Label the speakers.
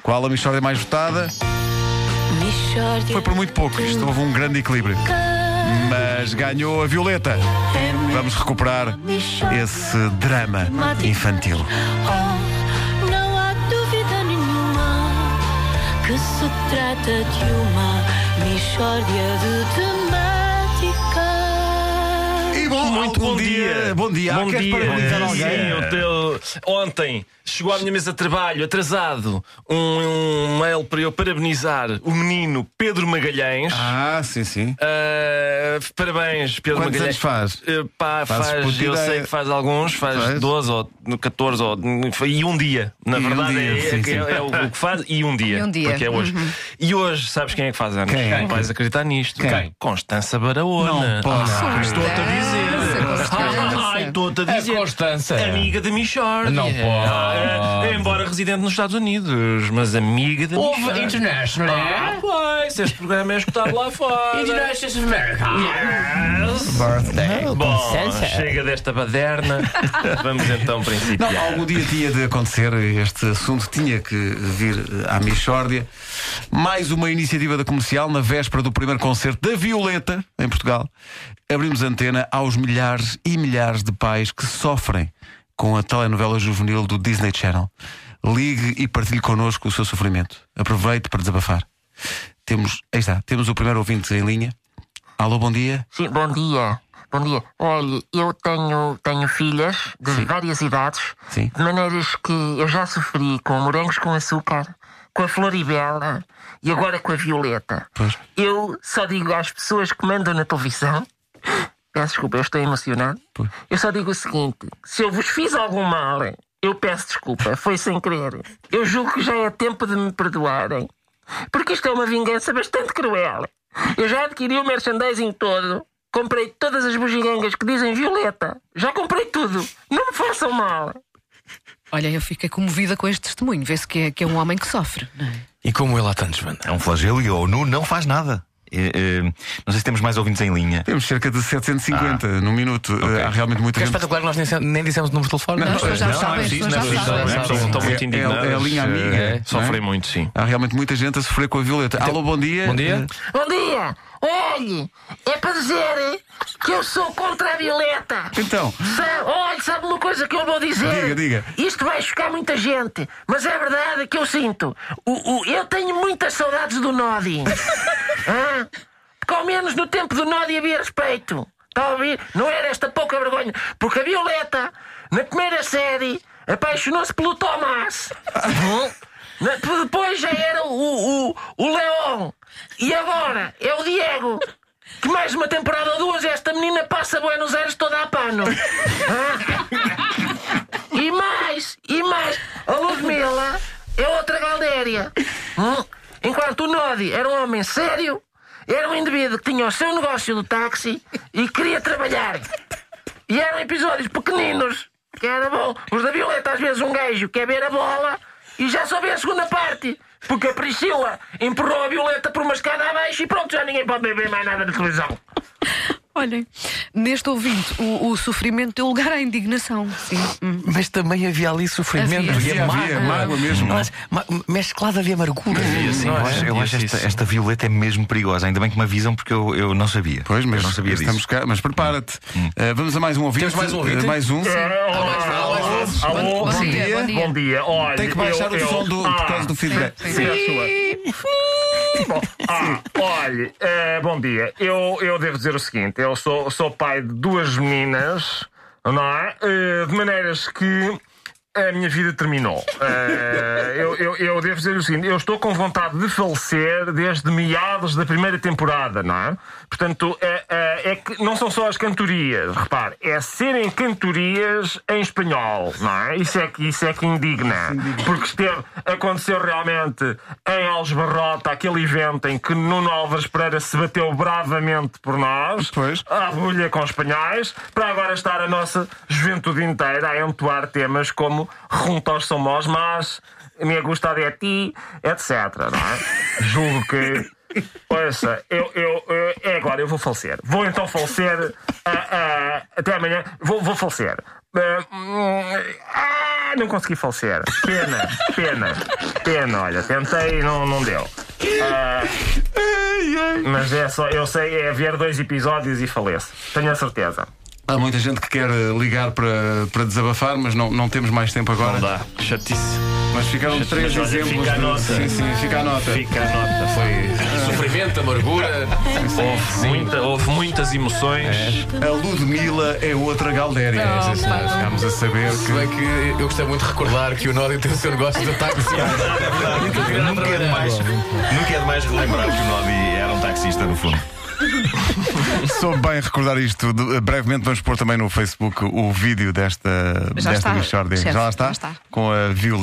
Speaker 1: Qual a Michórdia mais votada?
Speaker 2: Michórdia.
Speaker 1: Foi por muito pouco, isto houve um grande equilíbrio. Mas ganhou a Violeta. Vamos recuperar esse drama infantil.
Speaker 2: Oh, não há dúvida nenhuma que se trata de uma Michórdia de temática.
Speaker 1: E bom,
Speaker 3: Muito bom,
Speaker 1: Bom dia.
Speaker 3: Bom
Speaker 1: Queres
Speaker 3: dia.
Speaker 1: parabenizar
Speaker 3: Bom dia.
Speaker 1: alguém?
Speaker 3: Eu teu- Ontem chegou à minha mesa de trabalho, atrasado, um, um mail para eu parabenizar o menino Pedro Magalhães.
Speaker 1: Ah, sim, sim.
Speaker 3: Ah, parabéns, Pedro
Speaker 1: Quantos
Speaker 3: Magalhães.
Speaker 1: anos faz?
Speaker 3: Eh, pá,
Speaker 1: Fazes
Speaker 3: faz,
Speaker 1: puta
Speaker 3: eu
Speaker 1: ideia.
Speaker 3: sei que faz alguns, faz,
Speaker 1: Faz?
Speaker 3: 12 ou 14 ou e um dia. Na
Speaker 1: E um
Speaker 3: verdade,
Speaker 1: dia,
Speaker 3: é- é,
Speaker 1: sim,
Speaker 3: que
Speaker 1: sim.
Speaker 3: é- é o, o que faz e um dia.
Speaker 4: E um dia.
Speaker 3: Porque é hoje. E hoje, sabes quem é que faz anos?
Speaker 1: Quem é?
Speaker 3: Não vais acreditar nisto.
Speaker 1: Quem?
Speaker 3: Constança Baraona.
Speaker 1: Não posso.
Speaker 3: Ah, Estou-te a
Speaker 4: Constança,
Speaker 3: dizer.
Speaker 4: Constança.
Speaker 3: Ai, estou-te a
Speaker 5: A
Speaker 3: dizer.
Speaker 5: Constança.
Speaker 3: Amiga de Michord.
Speaker 5: Não
Speaker 3: Ah,
Speaker 5: pode.
Speaker 3: Embora residente nos Estados Unidos, mas amiga de
Speaker 5: Houve
Speaker 3: Michord.
Speaker 5: International,
Speaker 3: Ah,
Speaker 5: é?
Speaker 3: pois, este programa é escutado lá fora.
Speaker 5: International America.
Speaker 3: Yes.
Speaker 5: Birthday.
Speaker 3: Bom, chega desta baderna. Vamos então
Speaker 1: Não,
Speaker 3: principiar.
Speaker 1: algum dia tinha de acontecer este assunto, tinha que vir eh, à Michórdia. Mais uma iniciativa da comercial, na véspera do primeiro concerto da Violeta, em Portugal, abrimos antena aos milhares e milhares de pais que sofrem com a telenovela juvenil do Disney Channel. Ligue e partilhe connosco o seu sofrimento. Aproveite para desabafar. Temos, aí está, temos o primeiro ouvinte em linha. Alô, bom dia.
Speaker 6: Sim, bom dia. Bom dia. Olha, eu tenho, tenho filhas de várias idades,
Speaker 1: Sim.
Speaker 6: de maneiras que eu já sofri com morangos com açúcar, com a Floribela e agora com a Violeta.
Speaker 1: Pois.
Speaker 6: Eu só digo às pessoas que mandam na televisão. Peço desculpa, eu estou emocionado.
Speaker 1: Pois.
Speaker 6: Eu só digo o seguinte: se eu vos fiz algum mal, eu peço desculpa, foi sem querer. Eu julgo que já é tempo de me perdoarem. Porque isto é uma vingança bastante cruel. Eu já adquiri o merchandising todo. Comprei todas as bugigangas que dizem Violeta. Já comprei tudo. Não me façam mal.
Speaker 4: Olha, eu fiquei comovida com este testemunho. Vê-se que é, que é um homem que sofre. não é?
Speaker 5: E como ele há tantos, Wanda?
Speaker 7: É um flagelo e a ONU não faz nada. Eh, eh, não sei se temos mais ouvintes em linha.
Speaker 1: Temos cerca de 750 no minuto. Eh, Há realmente muita
Speaker 5: Que é
Speaker 1: gente.
Speaker 5: espetacular que nós nem, nem dissemos o número de telefone.
Speaker 4: Não, as pessoas já
Speaker 7: não, não é
Speaker 4: sabem, as
Speaker 7: preciso,
Speaker 4: pessoas
Speaker 7: não é
Speaker 4: já
Speaker 7: preciso,
Speaker 4: sabem.
Speaker 7: não é
Speaker 3: Estão
Speaker 7: preciso.
Speaker 3: estão
Speaker 1: É-
Speaker 3: muito
Speaker 1: é-
Speaker 3: indignadas.
Speaker 1: é a linha amiga,
Speaker 3: Eh,
Speaker 1: não é?
Speaker 3: Sofrem muito, sim.
Speaker 1: Há realmente muita gente a sofrer com a Violeta. Alô, bom dia.
Speaker 5: Bom dia.
Speaker 6: Bom dia. Olhe, é para dizer que eu sou contra a Violeta.
Speaker 1: Então,
Speaker 6: Sabe, oh, olha, sabe uma coisa que eu vou
Speaker 1: Diga,
Speaker 6: dizer?
Speaker 1: diga.
Speaker 6: Isto vai chocar muita gente, mas é verdade que eu sinto. O, o- eu tenho muitas saudades do Nodi. Hã? Porque ao menos no tempo do Nodi havia respeito. Está a ouvir? Não era esta pouca vergonha. Porque a Violeta, na primeira série, apaixonou-se pelo Tomás. Na- Depois já era o, o, o Leon. E agora é o Diego. Que mais uma temporada ou duas esta menina passa Buenos Aires toda a pano. E mais, e mais, a Ludmilla é outra Galdéria. Hum? Enquanto o Nodi era um homem sério, era um indivíduo que tinha o seu negócio do táxi e queria trabalhar. E eram episódios pequeninos, que era bom. Os da Violeta, às vezes, um gajo quer ver a bola e já só vê a segunda parte. Porque a Priscila empurrou a Violeta por uma escada abaixo e pronto, já ninguém pode beber mais nada de televisão.
Speaker 4: Olhem, neste ouvinte, o, o sofrimento deu lugar à indignação. Sim. Hum.
Speaker 5: Mas também havia ali sofrimento
Speaker 4: Havia.
Speaker 5: e a
Speaker 1: Havia,
Speaker 5: É mágoa.
Speaker 1: mágoa mesmo.
Speaker 5: Mas, ma- mesclado havia amargura.
Speaker 3: sim,
Speaker 5: não é?
Speaker 7: Eu acho, eu
Speaker 3: assim
Speaker 7: acho esta, esta violeta é mesmo perigosa. Ainda bem que me avisam porque eu, eu não sabia.
Speaker 1: pois, mas
Speaker 7: eu não sabia
Speaker 1: estamos
Speaker 7: disso.
Speaker 1: cá, mas prepara-te. Eh, vamos a mais um ouvinte.
Speaker 5: Temos mais um ouvinte?
Speaker 1: Eh, mais um.
Speaker 6: Ah,
Speaker 4: Bom, dia, bom dia.
Speaker 6: dia, olha.
Speaker 1: Tem que baixar o som do, por causa do feedback.
Speaker 6: Ah. Sim, a sua. Bom, ah, olha, eh, bom dia. Eu, eu devo dizer o seguinte: eu sou, sou pai de duas meninas, não é? Eh, de maneiras que a minha vida terminou. Eh, eu, eu, eu devo dizer o seguinte: eu estou com vontade de falecer desde meados da primeira temporada, não é? Portanto, eh, eh, é, que não são só as cantorias, repare, é serem cantorias em espanhol, não é? Isso é que, isso é que indigna. Porque esteve, aconteceu realmente em Alves Barrota aquele evento em que Nuno Álvares Pereira se bateu bravamente por nós,
Speaker 1: Pois.
Speaker 6: à bulha com espanhóis, para agora estar a nossa juventude inteira a entoar temas como Juntos somos más, Me gusta de ti, etc. Não é? Julgo que. Ouça, eu, eu, eu- é agora, eu vou falecer. Vou então falecer ah, ah, até amanhã. Vou, vou falecer.
Speaker 8: Ah, hum, ah, não consegui falsear. Pena, pena, pena, olha, tentei e não, não deu. Ah, mas é só, eu sei, é ver dois episódios e faleço. Tenho a certeza.
Speaker 1: Há muita gente que quer eh, ligar para, para desabafar, mas não, não temos mais tempo agora.
Speaker 3: Não dá, chatice.
Speaker 1: Mas ficaram
Speaker 3: Mas
Speaker 1: três
Speaker 3: olha,
Speaker 1: exemplos.
Speaker 3: fica a
Speaker 1: de-
Speaker 3: nota.
Speaker 1: Sim, sim, fica a nota.
Speaker 3: Fica a nota.
Speaker 1: Foi
Speaker 9: Sofrimento, amargura.
Speaker 3: Houve, muita- houve muitas emoções.
Speaker 1: a Ludmila é outra Galdéria.
Speaker 10: Não,
Speaker 1: Sim, senhora, Ficámos a saber
Speaker 9: Se
Speaker 1: que.
Speaker 9: bem que eu gostei muito de recordar que o Nódio tem o seu negócio de táxi.
Speaker 7: Nunca é demais, nunca é demais relembrar que o Nodi era um taxista, no fundo.
Speaker 4: Soube bem recordar isto. De- Brevemente vamos pôr também no Facebook o vídeo desta,
Speaker 10: Já
Speaker 4: desta
Speaker 10: está,
Speaker 4: Michórdia.
Speaker 10: chefe,
Speaker 4: Já lá está?
Speaker 10: já está.
Speaker 4: Com a Violeta.